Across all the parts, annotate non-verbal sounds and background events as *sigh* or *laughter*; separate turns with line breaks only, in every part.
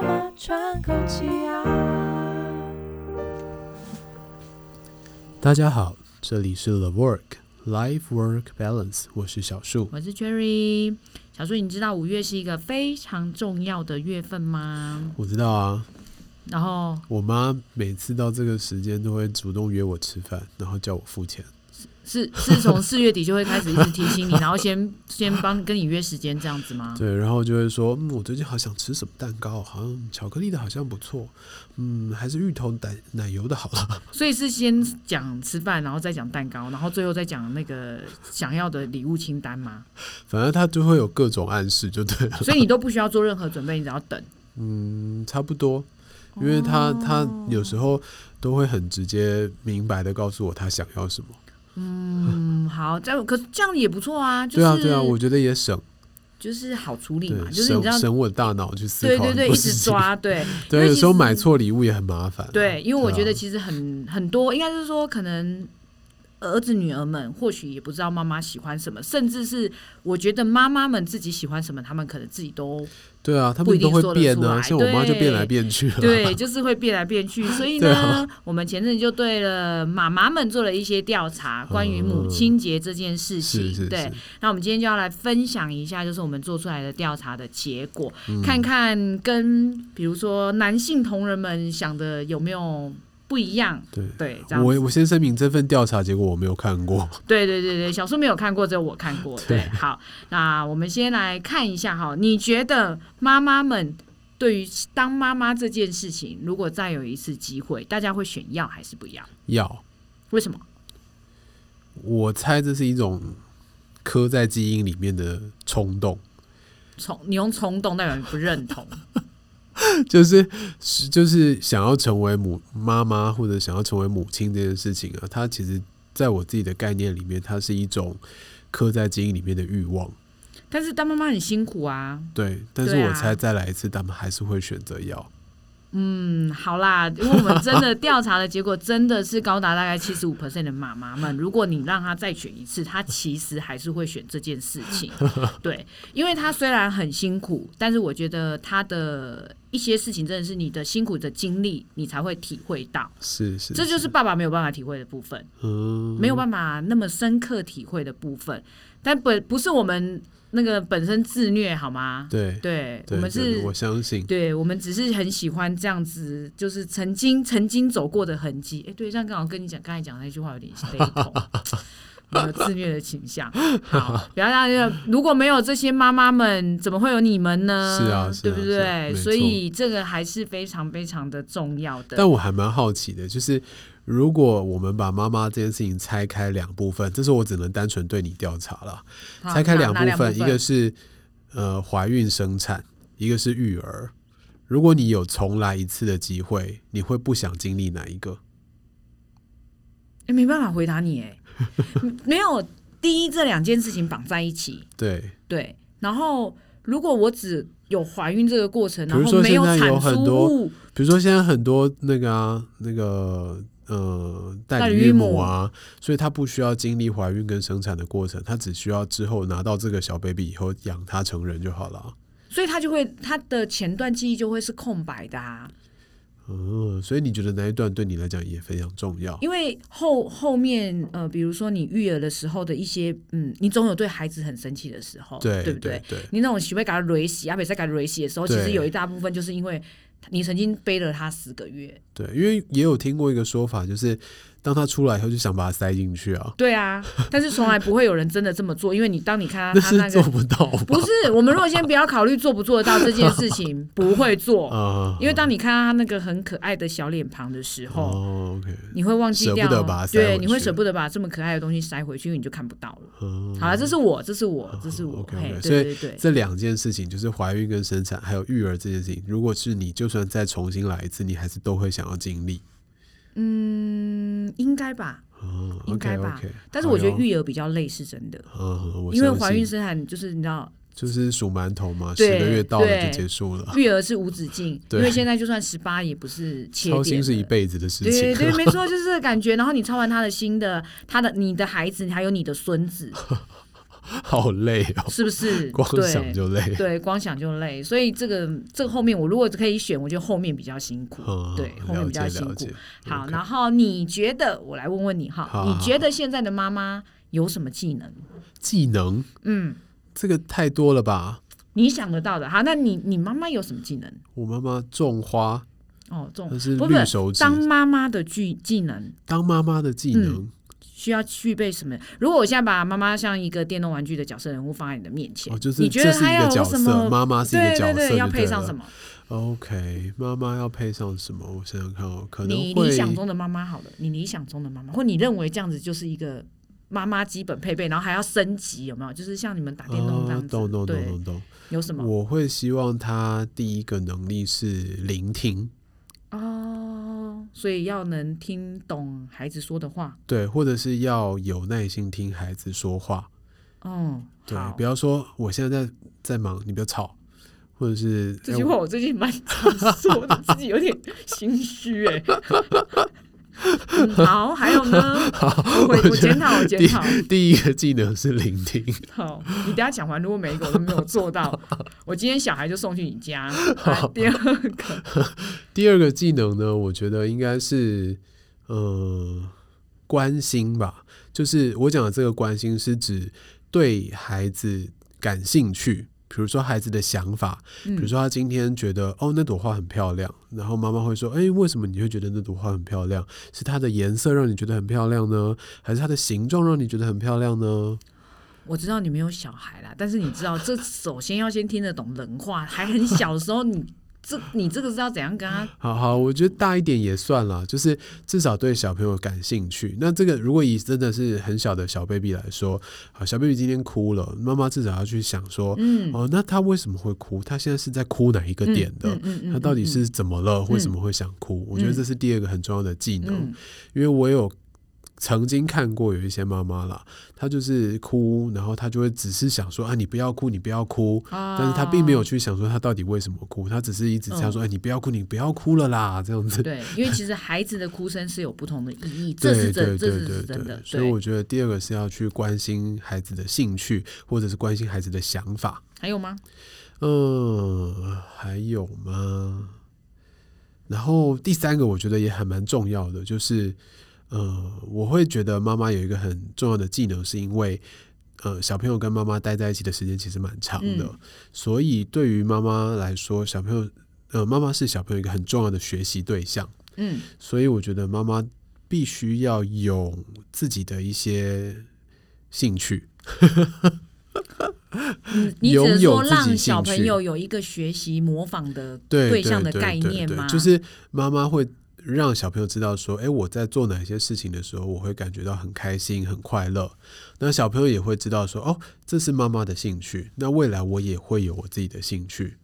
看空气啊。
大家好，这里是 The Work Life Work Balance，我是小树。
我是 Cherry。小树，你知道五月是一个非常重要的月份吗？
我知道啊，
然后
我妈每次到这个时间都会主动约我吃饭，然后叫我付钱。 *laughs*
是是从四月底就会开始一直提醒你，然后先 *laughs* 先帮跟你约时间这样子吗？
对，然后就会说，嗯，我最近好想吃什么蛋糕，好像巧克力的好像不错，嗯，还是芋头奶奶油的好了。 *laughs*
所以是先讲吃饭，然后再讲蛋糕，然后最后再讲那个想要的礼物清单吗？
反正她就会有各种暗示，就对了。
所以你都不需要做任何准备，你只要等。
*laughs* 嗯，差不多，因为她
哦
她有时候都会很直接、明白的告诉我她想要什么。
嗯，好，这样可是这样也不错啊，就是
对啊，对啊，我觉得也省，
就是好处理
对
嘛，，就是你知道
省，省我大脑去思
对
考
对
很
对，
多
一
事
直
情。
抓，对，因
*laughs* 对，
为
有
其
时候
实
买错礼物也很麻烦。
对，因为我
对啊
觉得其实很很多，应该是说可能儿子女儿们或许也不知道妈妈喜欢什么，甚至是我觉得妈妈们自己喜欢什么，他们可能自己
*laughs*
都
对啊，他
不
们
一
都
定
会
做得
变
出
啊，
来
像我妈就变来
对
变去了。 *laughs*
对，就是会变来变去。所以
啊对
呢，
啊
我们前阵就对了妈妈们做了一些调查，关于母亲节这件事情。
哦是是
对
是，，
那我们今天就要来分享一下，就是我们做出来的调查的结果，
嗯
看看跟比如说男性同仁们想的有没有不一样。
对。
对，这样子
我我先声明，这份调查结果我没有看过。
对对对对，小说没有看过，只有我看过。对，好，那我们先来看一下哈，你觉得妈妈们对于当妈妈这件事情，如果再有一次机会，大家会选要还是不要？
要
为什么？
我猜这是一种刻在基因里面的冲动， *laughs*
冲，你用冲动代表你不认同，
就是是就是想要成为母妈妈或者想要成为母亲这件事情啊，它其实在我自己的概念里面，它是一种刻在基因里面的欲望。
但是当妈妈很辛苦啊。
对，但是
对啊
我猜再来一次，他们还是会选择要。
嗯，好啦，因为我们真的调查的结果真的是高达大概七十五 percent 的妈妈们，如果你让她再选一次，她其实还是会选这件事情。对，因为她虽然很辛苦，但是我觉得她的一些事情真的是你的辛苦的经历，你才会体会到，
是是，
这就是爸爸没有办法体会的部分。
嗯，
没有办法那么深刻体会的部分，但本不是我们那个本身自虐好吗？
对
对，
对，
我们
对
是
我相信，
对，我们只是很喜欢这样子，就是曾经曾经走过的痕迹。哎，对，这样刚好跟你讲刚才讲的那句话有点雷同， *laughs* 没有自虐的倾向。
*laughs*
好，不要让这个如果没有这些妈妈们，怎么会有你们呢？
是啊是啊
对不
是啊没
对？
错
所以这个还是非常非常的重要的。
但我还蛮好奇的，就是如果我们把妈妈这件事情拆开两部分，这是我只能单纯对你调查了，
好
拆开
哪
两
哪部
分，一个是呃怀孕生产，一个是育儿。如果你有重来一次的机会，你会不想经历哪一个？
诶没办法回答你哎， *laughs* 没有第一这两件事情绑在一起，
对，
对，然后如果我只有怀孕这个过程，
比如
然
说
后没
现在有
产
很
出
多
物，
比如说现在很多那个啊，那个呃代
代
理
理
孕
孕
母
母
啊，所以她不需要经历怀孕跟生产的过程，她只需要之后拿到这个小 baby 以后养他成人就好了啊。
所以他就会他的前段记忆就会是空白的啊，
嗯，所以你觉得哪一段对你来讲也非常重要？
因为后后面呃，比如说你育儿的时候的一些嗯，你总有对孩子很生气的时候，
对
不
对
对？
对
你那种喜欢给他雷洗，阿北在给他雷洗的时候，其实
对
有一大部分就是因为你曾经背了他十个月，
对，因为也有听过一个说法，就是当他出来以后就想把它塞进去啊，
对啊，但是从来不会有人真的这么做，因为你当你看
*laughs* 那
到他啊那
是
个
做不到哦吧
不？是，我们如果先不要考虑做不做得到这件事
*laughs*
情，不会做，
啊，
因为当你看到他那个很可爱的小脸庞的时候，
哦，OK，
你会忘记
舍
掉
不得把它，塞回
对，
去
你会舍不得把这么可爱的东西塞回去，因为你就看不到了。
嗯，哦
好了，这是我，这是我，这是我，
OK，OK，
嘿，
所以
对对对。
这两件事情就是怀孕跟生产，还有育儿这件事情，如果是你，就算再重新来一次，你还是都会想要经历。
嗯，应该吧，
哦
应
，OK
该吧
OK，
但是我觉得
好哟，
育儿比较累，是真的，
嗯，哎我
因为
相
怀孕
信
生产就是你知道，
就是数馒头嘛，十
对
个月到了就
对
结束了，
育儿是无止境，
*laughs* 对
因为现在就算十八也不是切
操
点
心
的，
是一辈子的事
对
情。
对，没错，
*laughs*
就是这个感觉。然后你操完他的心的，他的你的孩子，还有你的孙子，
*laughs* 好累哦，
是不是？
光
对
想就累。
对，光想就累，所以这个这个后面我如果可以选，我觉得后面比较辛苦，
嗯，
对，后面
了
比
解
较辛
了
苦
解。。
好，
OK
然后你觉得，我来问问你哈
好，
你
好
觉得现在的妈妈有什么技能？
技能
嗯，
这个太多了吧？
你想得到的。好，那你你妈妈有什么技能？
我妈妈种花，
哦，这
那
种
是
不不
绿手指。
当嗯妈妈的技技能
当妈妈的技能，
需要具备什么？如果我现在把妈妈像一个电动玩具的角色人物放在你的面前，
哦，就是
你觉得
这是
她
一个
要有
角
什
色，
么？
妈妈是一个
对
角
对
色，
对，要
就
配上
了
什么？
OK，妈妈要配上什么？我想想看哦，可能
你
会
理想中的妈妈好了，你理想中的妈妈，或你认为这样子就是一个妈妈基本配备，然后还要升级，有没有？就是像你们打电动这
啊
样，子，
懂懂懂
对，
懂懂。
有什么？
我会希望他第一个能力是聆听，
哦，所以要能听懂孩子说的话。
对，或者是要有耐心听孩子说话，
哦，
对，
好
不。要说我现在在在忙，你不要吵，或者是
这
哎
句
我
话我最近蛮常说的，自己有点心虚哎、
*laughs*
嗯好，还有呢，我回我
觉得
检讨，我
*laughs*
检
第
讨。
第一个技能是聆听，
好，你等一下讲完，如果每一个我都没有做
*laughs*
到，我今天小孩就送去你家。来第二个，
第二个技能呢，我觉得应该是呃关心吧，就是我讲的这个关心是指对孩子感兴趣。比如说孩子的想法，比如
嗯
说他今天觉得、哦那朵花很漂亮，然后妈妈会说，哎，为什么你会觉得那朵花很漂亮？是它的颜色让你觉得很漂亮呢，还是它的形状让你觉得很漂亮呢？
我知道你没有小孩啦，但是你知道，这首先要先听得懂人话，还很小的时候你。这你这个是要怎样跟他？
好好，我觉得大一点也算了，就是至少对小朋友感兴趣。那这个如果以真的是很小的小 baby 来说，好，小 baby 今天哭了，妈妈至少要去想说，
嗯，
哦，那他为什么会哭？他现在是在哭哪一个
嗯
点的？
嗯嗯嗯
他到底
嗯
是怎么了？为什么会想哭？我觉得这是第二个很重要的技能，
嗯
因为我有曾经看过有一些妈妈啦，她就是哭，然后她就会只是想说啊，你不要哭，你不要哭，
啊嗯
但是她并没有去想说她到底为什么哭，她只是一直这样说，哎，你不要哭，你不要哭了啦，这样子。
对，因为其实孩子的哭声是有不同的意义，这
对
是真，
对
这
对
是
对
真的
对，。所以
对
我觉得第二个是要去关心孩子的兴趣，或者是关心孩子的想法。
还有吗？
嗯，还有吗？然后第三个，我觉得也还蛮重要的，就是，呃，我会觉得妈妈有一个很重要的技能，是因为，呃，小朋友跟妈妈待在一起的时间其实蛮长的，
嗯
所以对于妈妈来说，小朋友，呃，妈妈是小朋友一个很重要的学习对象， *laughs*
嗯，
所以我觉得妈妈必须要有自己的一些兴趣，
你你
拥
只是
有
说
自
让
己
小
兴
朋
趣
友有一个学习模仿的
对
对象的概
对
念
对
吗
对就是妈妈会让小朋友知道说，哎，我在做哪些事情的时候，我会感觉到很开心、很快乐。那小朋友也会知道说，哦，这是妈妈的兴趣，那未来我也会有我自己的兴趣。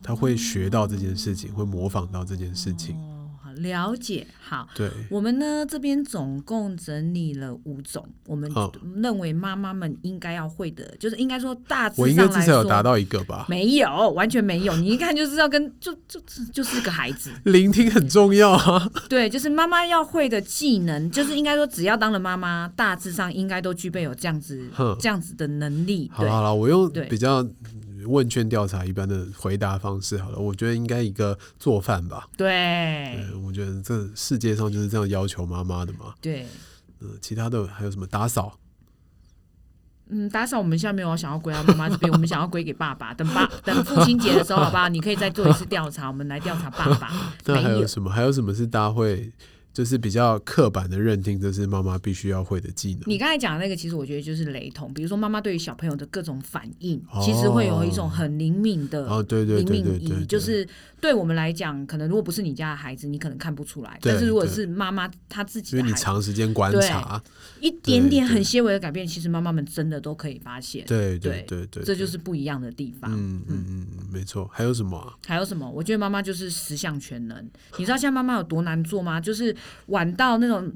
他会学到这件事情，会模仿到这件事情。
哦，好了解好。
对，
我们呢这边总共整理了五种，我们
哦
认为妈妈们应该要会的，就是应该说大致
我应该
上
至
来
少
说
有达到一个吧。
没有，完全没有。你一看就知道跟就就就是个孩子，
聆听很重要啊。
对，就是妈妈要会的技能，就是应该说只要当了妈妈，大致上应该都具备有这样子
哼
这样子的能力。
好
*laughs*
啊
对
了，好了，我用
对
比较问卷调查一般的回答方式好了。我觉得应该一个做饭吧。
对
对，我觉得这世界上就是这样要求妈妈的嘛。
对，
嗯、其他的还有什么打扫？
嗯，打扫我们现在没有想要归到妈妈这边，我们想要归给爸爸。等爸等父亲节的时候，好不好？你可以再做一次调查，我们来调查爸
*laughs*
爸。
那啊还
没
有
有，
什么？还有什么是大家会就是比较刻板的认定，这是妈妈必须要会的技能？
你刚才讲的那个，其实我觉得就是雷同。比如说，妈妈对于小朋友的各种反应，
哦
其实会有一种很灵敏的。
哦，对对
灵
对
敏
对对，
仪就是对我们来讲，可能如果不是你家的孩子，你可能看不出来。
对
但是如果
对
是妈妈她自己
因
的
为
孩
你
子，
长时间观察，
一点点
对对
很些微的改变，其实妈妈们真的都可以发现。
对
对
对对，
这就是
对
不一样的地方。
嗯嗯嗯，嗯没错。还有什么啊、
还有什么？我觉得妈妈就是十项全能。你知道现在妈妈有多难做吗？就是晚到那种，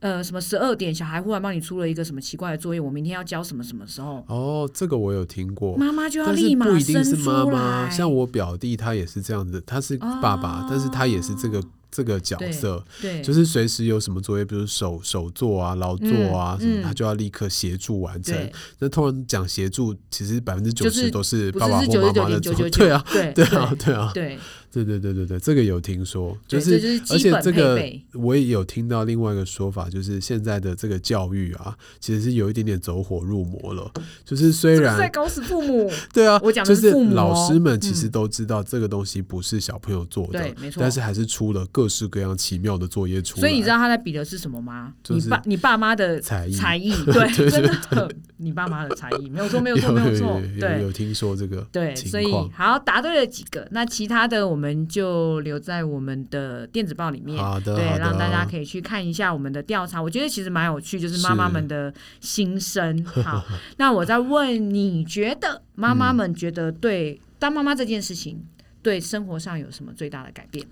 呃，什么十二点，小孩忽然帮你出了一个什么奇怪的作业，我明天要交什么什么时候，
哦，这个我有听过。
妈妈就要
但是
立马
不一定
生
是
出来。哦
妈妈，像我表弟他也是这样子，他是爸爸，但是他也是这个这个角
对
色，
对，
就是随时有什么作业，比如手手作啊、劳作啊、
嗯
什么，
嗯
他就要立刻协助完成
对。
那通常讲协助，其实百分之九
就
十
是
都是
不
爸
是
爸
是
或
九
妈
十九
妈的做
点九。九九
对啊，，
对
对啊，对啊，
对，
对对对对对，这个有听说，就
对
是
这就是
而
基
且
本
这
配
个
备
我也有听到另外一个说法，就是现在的这个教育啊，其实是有一点点走火入魔了。就是虽
这不是在
然
搞死父
*laughs*
母，
对啊，
我讲的
就是是
父母
老
哦
师们其
嗯
实都知道这个东西不是小朋友做的
对，没错
但是还是出了各式各样奇妙的作业出来。
所以你知道他在比的是什么吗？
就是
你爸你爸妈的
才艺 *laughs*
才艺，对，真的， *laughs* 你爸妈的才艺，没有错，没有错，没
有有，
错
有
对
有听说这个
对，所
情
以
况。
好答对了几个，那其他的我们就留在我们的电子报里面。
好的，
对
好，的
让大家可以去看一下我们的调查，我觉得其实蛮有趣，就是妈妈
是
们的心声。好，那我再问，你觉得妈
嗯
妈们觉得对当妈妈这件事情，对生活上有什么最大的改变？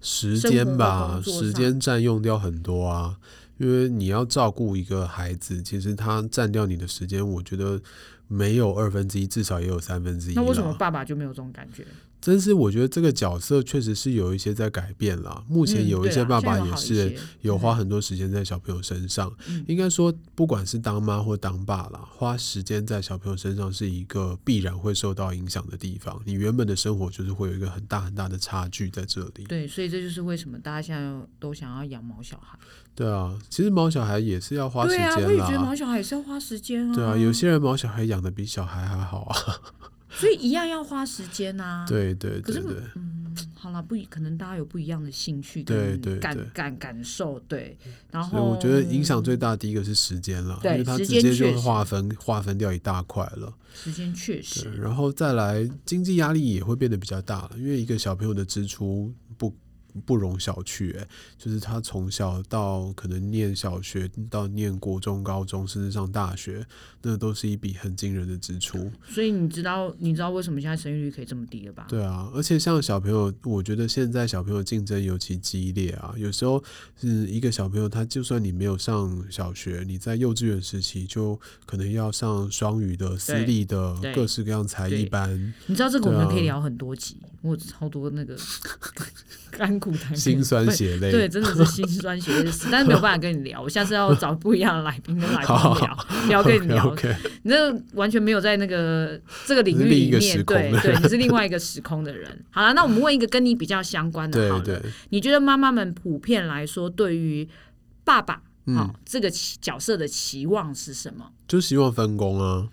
时
生活
间
和
吧
工，作
时
上
间占用掉很多啊。因为你要照顾一个孩子，其实他占掉你的时间，我觉得没有二分之一，至少也有三分之一
那为什么
了。
爸爸就没有这种感觉？
真是我觉得这个角色确实是有一些在改变啦。目前
嗯
有一
对
些
啦
爸
现在
爸
有
也
好一
是
些
有
嗯
花很多时间在小朋友身上。
嗯
应该说，不管是当妈或当爸啦，花时间在小朋友身上是一个必然会受到影响的地方。你原本的生活就是会有一个很大很大的差距在这里。
对，所以这就是为什么大家现在都想要养毛小孩。
对啊，其实毛小孩也是要花时
对
间
啊，
啦。
我也觉得毛小孩也是要花时间啊。
对啊，有些人毛小孩养的比小孩还好啊。
所以一样要花时间啊。，
*laughs* 对对
可
对
是
对，
嗯，好了，不一，可能大家有不一样的兴趣
对
跟
对
感
对
感感受，对。然
所以
后
我觉得影响最大第一个是时间了，因
对
为它直
时间
接
确
就
实
划分划分掉一大块了。
嗯时间确
对，
实，
然后再来经济压力也会变得比较大了，因为一个小朋友的支出不。不容小觑、欸，就是他从小到可能念小学，到念国中、高中，甚至上大学，那都是一笔很惊人的支出。
所以你知道你知道为什么现在生育率可以这么低了吧？
对啊，而且像小朋友，我觉得现在小朋友竞争尤其激烈啊。有时候是一个小朋友，他就算你没有上小学，你在幼稚园时期就可能要上双语的、私
对
立的、
对
各式各样才艺
对
班，
你知道这个我们
对啊
可以聊很多集，我有超多那个 *laughs* 甘苦谈，
辛
*laughs*
酸
对
血泪。
对，真的是心酸血泪史，但是没有办法跟你聊，我下次要找不一样的来宾跟来宾
好
聊，聊跟你聊
o，k
你那完全没有在那个这个领域
是另一
里
个时
面，
空
对
的
对，你是另外一个时空的人。好了，那我们问一个跟你比较相关的，好
对
了，
对，
你觉得妈妈们普遍来说对于爸爸？
嗯
好、这个期角色的期望是什么？
就希望分工啊，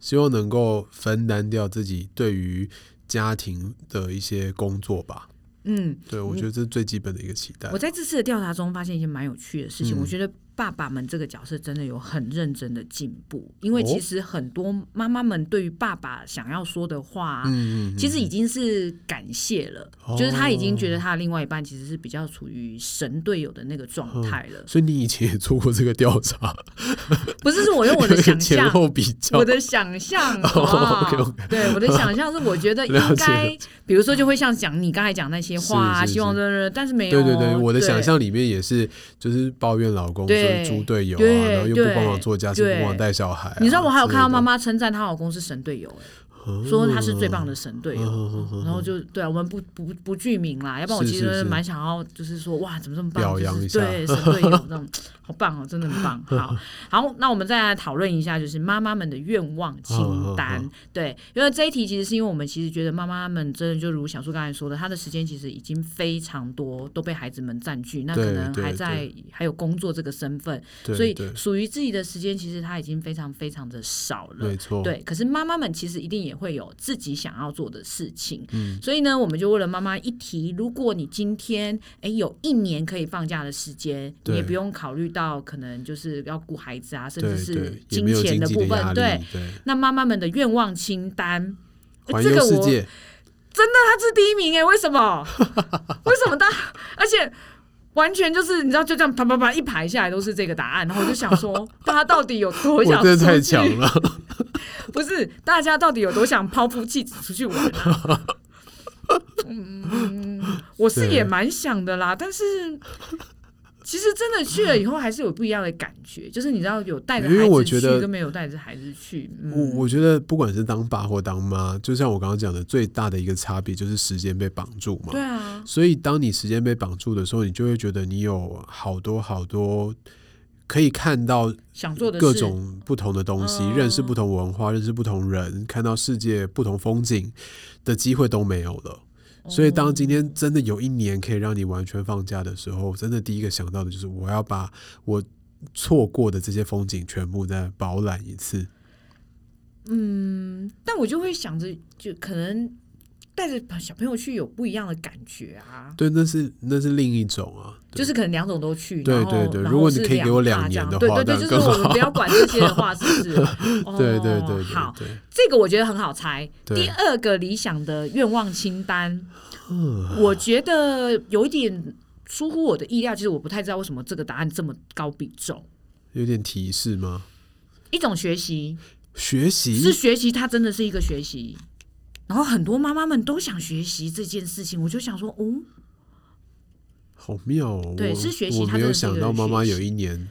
希望能够分担掉自己对于家庭的一些工作吧。
嗯，
对，我觉得这是最基本的一个期待
我。在这次的调查中发现一件蛮有趣的事情，
嗯
我觉得爸爸们这个角色真的有很认真的进步，因为其
哦
实很多妈妈们对于爸爸想要说的话啊、
嗯嗯，
其实已
嗯
经是感谢了，
哦
就是他已经觉得他的另外一半其实是比较处于神队友的那个状态了，
所以你以前也做过这个调查，
不是是我用我
*laughs* 有
的
一个
想
前
象。
后比较
我。的想象，
哦
好不好
OK，OK
对我的想象是，我觉
*laughs*
得
了
应
解
该，比如说就会像讲你刚才讲那些话啊，
是是
希望
是
这，但是没有。
对对对，我的想
对
象里面也是，就是抱怨老公是
对
猪队友啊，
对
然后又不帮忙
对
做家事，不
对
帮忙带小孩啊、
你知道我还有看到妈
妈、
妈称赞她老公是神队友、欸，
哦
说他是最棒
的，
的神队友。
嗯嗯
然后就对啊，我们不不不具名啦，要不然我
是
其
是
实
是
蛮想要，就是说哇，怎么这么棒，
表扬一
就
下
是、对神队
*laughs*
友这种，好棒哦，真的很棒。好，好，那我们再来讨论一下，就是妈妈们的愿望清单。
嗯嗯
对，因为这一题其实是因为我们其实觉得妈妈们真的就如小树刚才说的，她的时间其实已经非常多都被孩子们占据，那可
对
能
对
还在还有工作这个身份，
对
所以
对
属于自己的时间其实她已经非常非常的少了。
没错，
对，可是妈妈们其实一定也会有自己想要做的事情，
嗯
所以呢，我们就为了妈妈一提，如果你今天哎有一年可以放假的时间，你
对
也不用考虑到可能就是要顾孩子啊，甚
对
至是
对，也
金
没有
钱
经
的
济
部
压力，
分，对。
对，
那妈妈们的愿望清单，呃
环
这
游
个
世
我
界，
他是第一名哎、为什
*laughs*
么？为什么大？而且完全就是你知道，就这样啪啪啪一排下来都是这个答案，然后我就想
*laughs*
说，他到底有多
我
想
真的太
出去
强了，
不是大家到底有多想抛夫弃子出去玩、啊？嗯，我是也蛮想的啦，但是其实真的去了以后，还是有不一样的感觉，就是你知道有带着
因为
孩
我
子
觉
去
得
跟没有带着孩子去，
我
嗯，
我觉得不管是当爸或当妈，就像我刚刚讲的，最大的一个差别就是时间被绑住嘛
对。啊，
所以当你时间被绑住的时候，你就会觉得你有好多好多可以看到
想做的
各
事
种不同的东西，
嗯
认识不同文化，认识不同人，看到世界不同风景的机会都没有了。所以，当今
哦
天真的有一年可以让你完全放假的时候，真的第一个想到的就是我要把我错过的这些风景全部再饱览一次。
嗯，但我就会想着，就可能带着小朋友去有不一样的感觉啊。
对，那是那是另一种啊，对
就是可能两种都去，
对
然后
对对
然
如
后
果你
是
可以给我
两
两年
趴这样
的
对
话
对
当
对，
然
就是
更
我们
好
不要管这些的话，是不
*laughs*
是？
对
哦
对对对
好，
对，
这个我觉得很好猜。
对
第二个理想的愿望清单，
嗯
我觉得有一点出乎我的意料，其实我不太知道为什么这个答案这么高比重。
有点提示吗？
一种学习
学
是
习
学习，它真的是一个学习。然后很多妈妈们都想学习这件事情，我就想说，哦，
好妙哦，
对
我
是学习
我没
它真
有
的是
想
一个
到妈妈
学习
有一年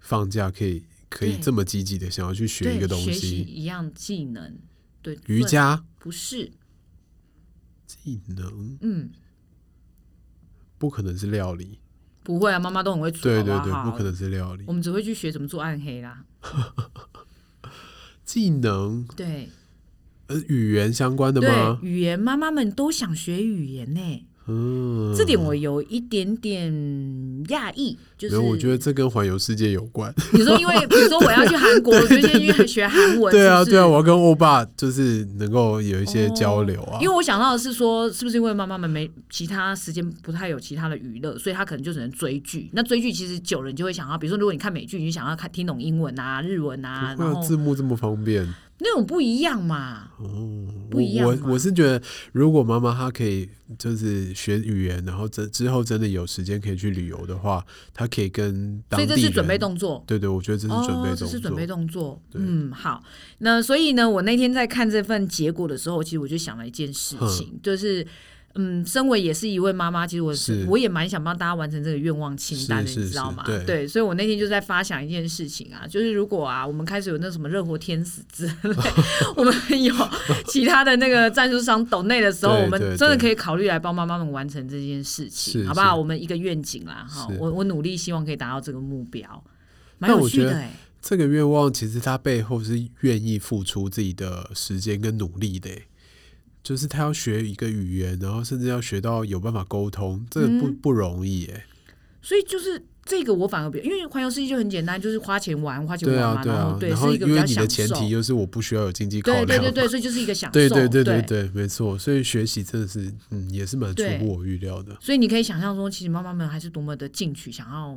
放假可以可以
对
这么积极的想要去学
对，
一个东
学习
西，
一样技能，对，
瑜伽
不是，
技能
嗯，
不可能是料理，
不会啊，妈妈都很会煮，
对对
好不
对，
好
不可。能是料理
我，们只会去学怎么做暗黑啦，
技能
对
呃语言相关的
对
吗，？
语言妈妈们都想学语言呢、
嗯，
这点我有一点点讶异，就
没
是
有，我觉得这跟环游世界有关。
你说因为比如说我要去韩国，我就先去学韩
*laughs*
文，
对啊，
是不是
对啊，我要跟欧巴就是能够有一些交流啊。
哦因为我想到的是说，是不是因为妈妈们没其他时间不太有其他的娱乐，所以她可能就只能追剧。那追剧其实久了，你就会想要，比如说如果你看美剧，你就想要看听懂英文啊、日文啊，
不会
然
啊
后
字幕这么方便
那种不一样嘛。
哦。
不
我
一样
我
嘛
我是觉得，如果妈妈她可以就是学语言，然后之之后真的有时间可以去旅游的话，她可以跟当
所
地
以
人。
这是准备动作。
对对，我觉得这是准备动作。
哦，这是准备动作。
对
嗯，好。那所以呢，我那天在看这份结果的时候，其实我就想了一件事情，就是。嗯，身为也是一位妈妈，其实我
是
我也蛮想帮大家完成这个愿望清单的，
是是
你知道吗？
是对
所以我那天就在发想一件事情啊，就是如果啊，我们开始有那什么热火天使
*laughs*
之类，我们有其他的那个赞助商抖内的时候，
对
我们
对
真的
对
可以考虑来帮妈妈们完成这件事情，
是
好不好？
是
我们一个愿景啦，哈
是，
我我努力希望可以达到这个目标。蛮
但
有
我
趣
觉
的
得
哎、
这个愿望其实他背后是愿意付出自己的时间跟努力的欸，就是他要学一个语言，然后甚至要学到有办法沟通，这个不、
嗯
不容易哎。
所以就是这个我反而比较，因为环游世界就很简单，就是花钱玩，花钱
对
玩
啊
嘛，，
对
然
啊
后，对，
然
是
后
一个
因
比
为
较
你
享
的
受
前。提又是我不需要有经济考
对
量，
对对对，所以就是一个享受。
对对对
对
对对，没错。所以学习真的是，嗯，也是蛮出
对
乎我预料的。
所以你可以想象说，其实妈妈们还是多么的进取，想要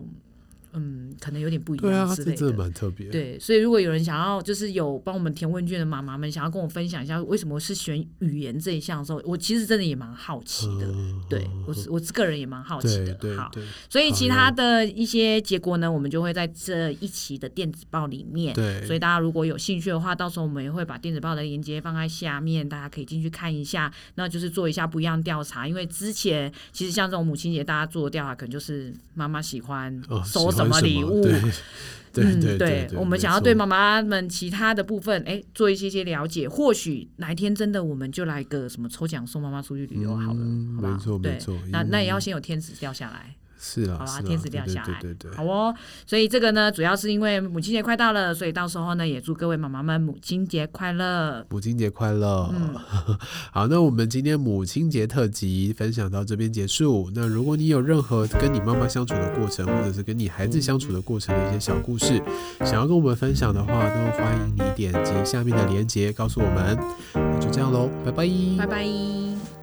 嗯，可能有点不一
对啊
样，之
这
类
真的
的。
蛮特别。
对，所以如果有人想要，就是有帮我们填问卷的妈妈们，想要跟我分享一下为什么我是选语言这一项的时候，我其实真的也蛮好奇的。
嗯，
对我是，我个人也蛮好奇
对
的。
对
好，
对
所以其他的一些结果呢，我们就会在这一期的电子报里面。
对，
所以大家如果有兴趣的话，到时候我们也会把电子报的链接放在下面，大家可以进去看一下。那就是做一下不一样调查，因为之前其实像这种母亲节大家做的调查，可能就是妈妈喜欢
哦喜
收
欢什
么礼物。 *laughs*
对对
嗯
对对，
我们
没
想要对
错
妈妈们其他的部分，哎，做一些些了解，或许哪一天真的我们就来个什么抽奖送妈妈出去旅游好了，
嗯
好吧？
没错没
对
错
那那也要
嗯
先有天使掉下来。
是啦，
好啦
是啦
天使
对
掉
对
下
对
来
对对，
好哦，所以这个呢，主要是因为母亲节快到了，所以到时候呢，也祝各位妈妈们母亲节快乐。
母亲节快乐！
嗯
*laughs* 好，那我们今天母亲节特辑分享到这边结束。那如果你有任何跟你妈妈相处的过程，或者是跟你孩子相处的过程的一些小故事，想要跟我们分享的话，都欢迎你点击下面的链接告诉我们。那就这样喽，拜拜，
拜拜。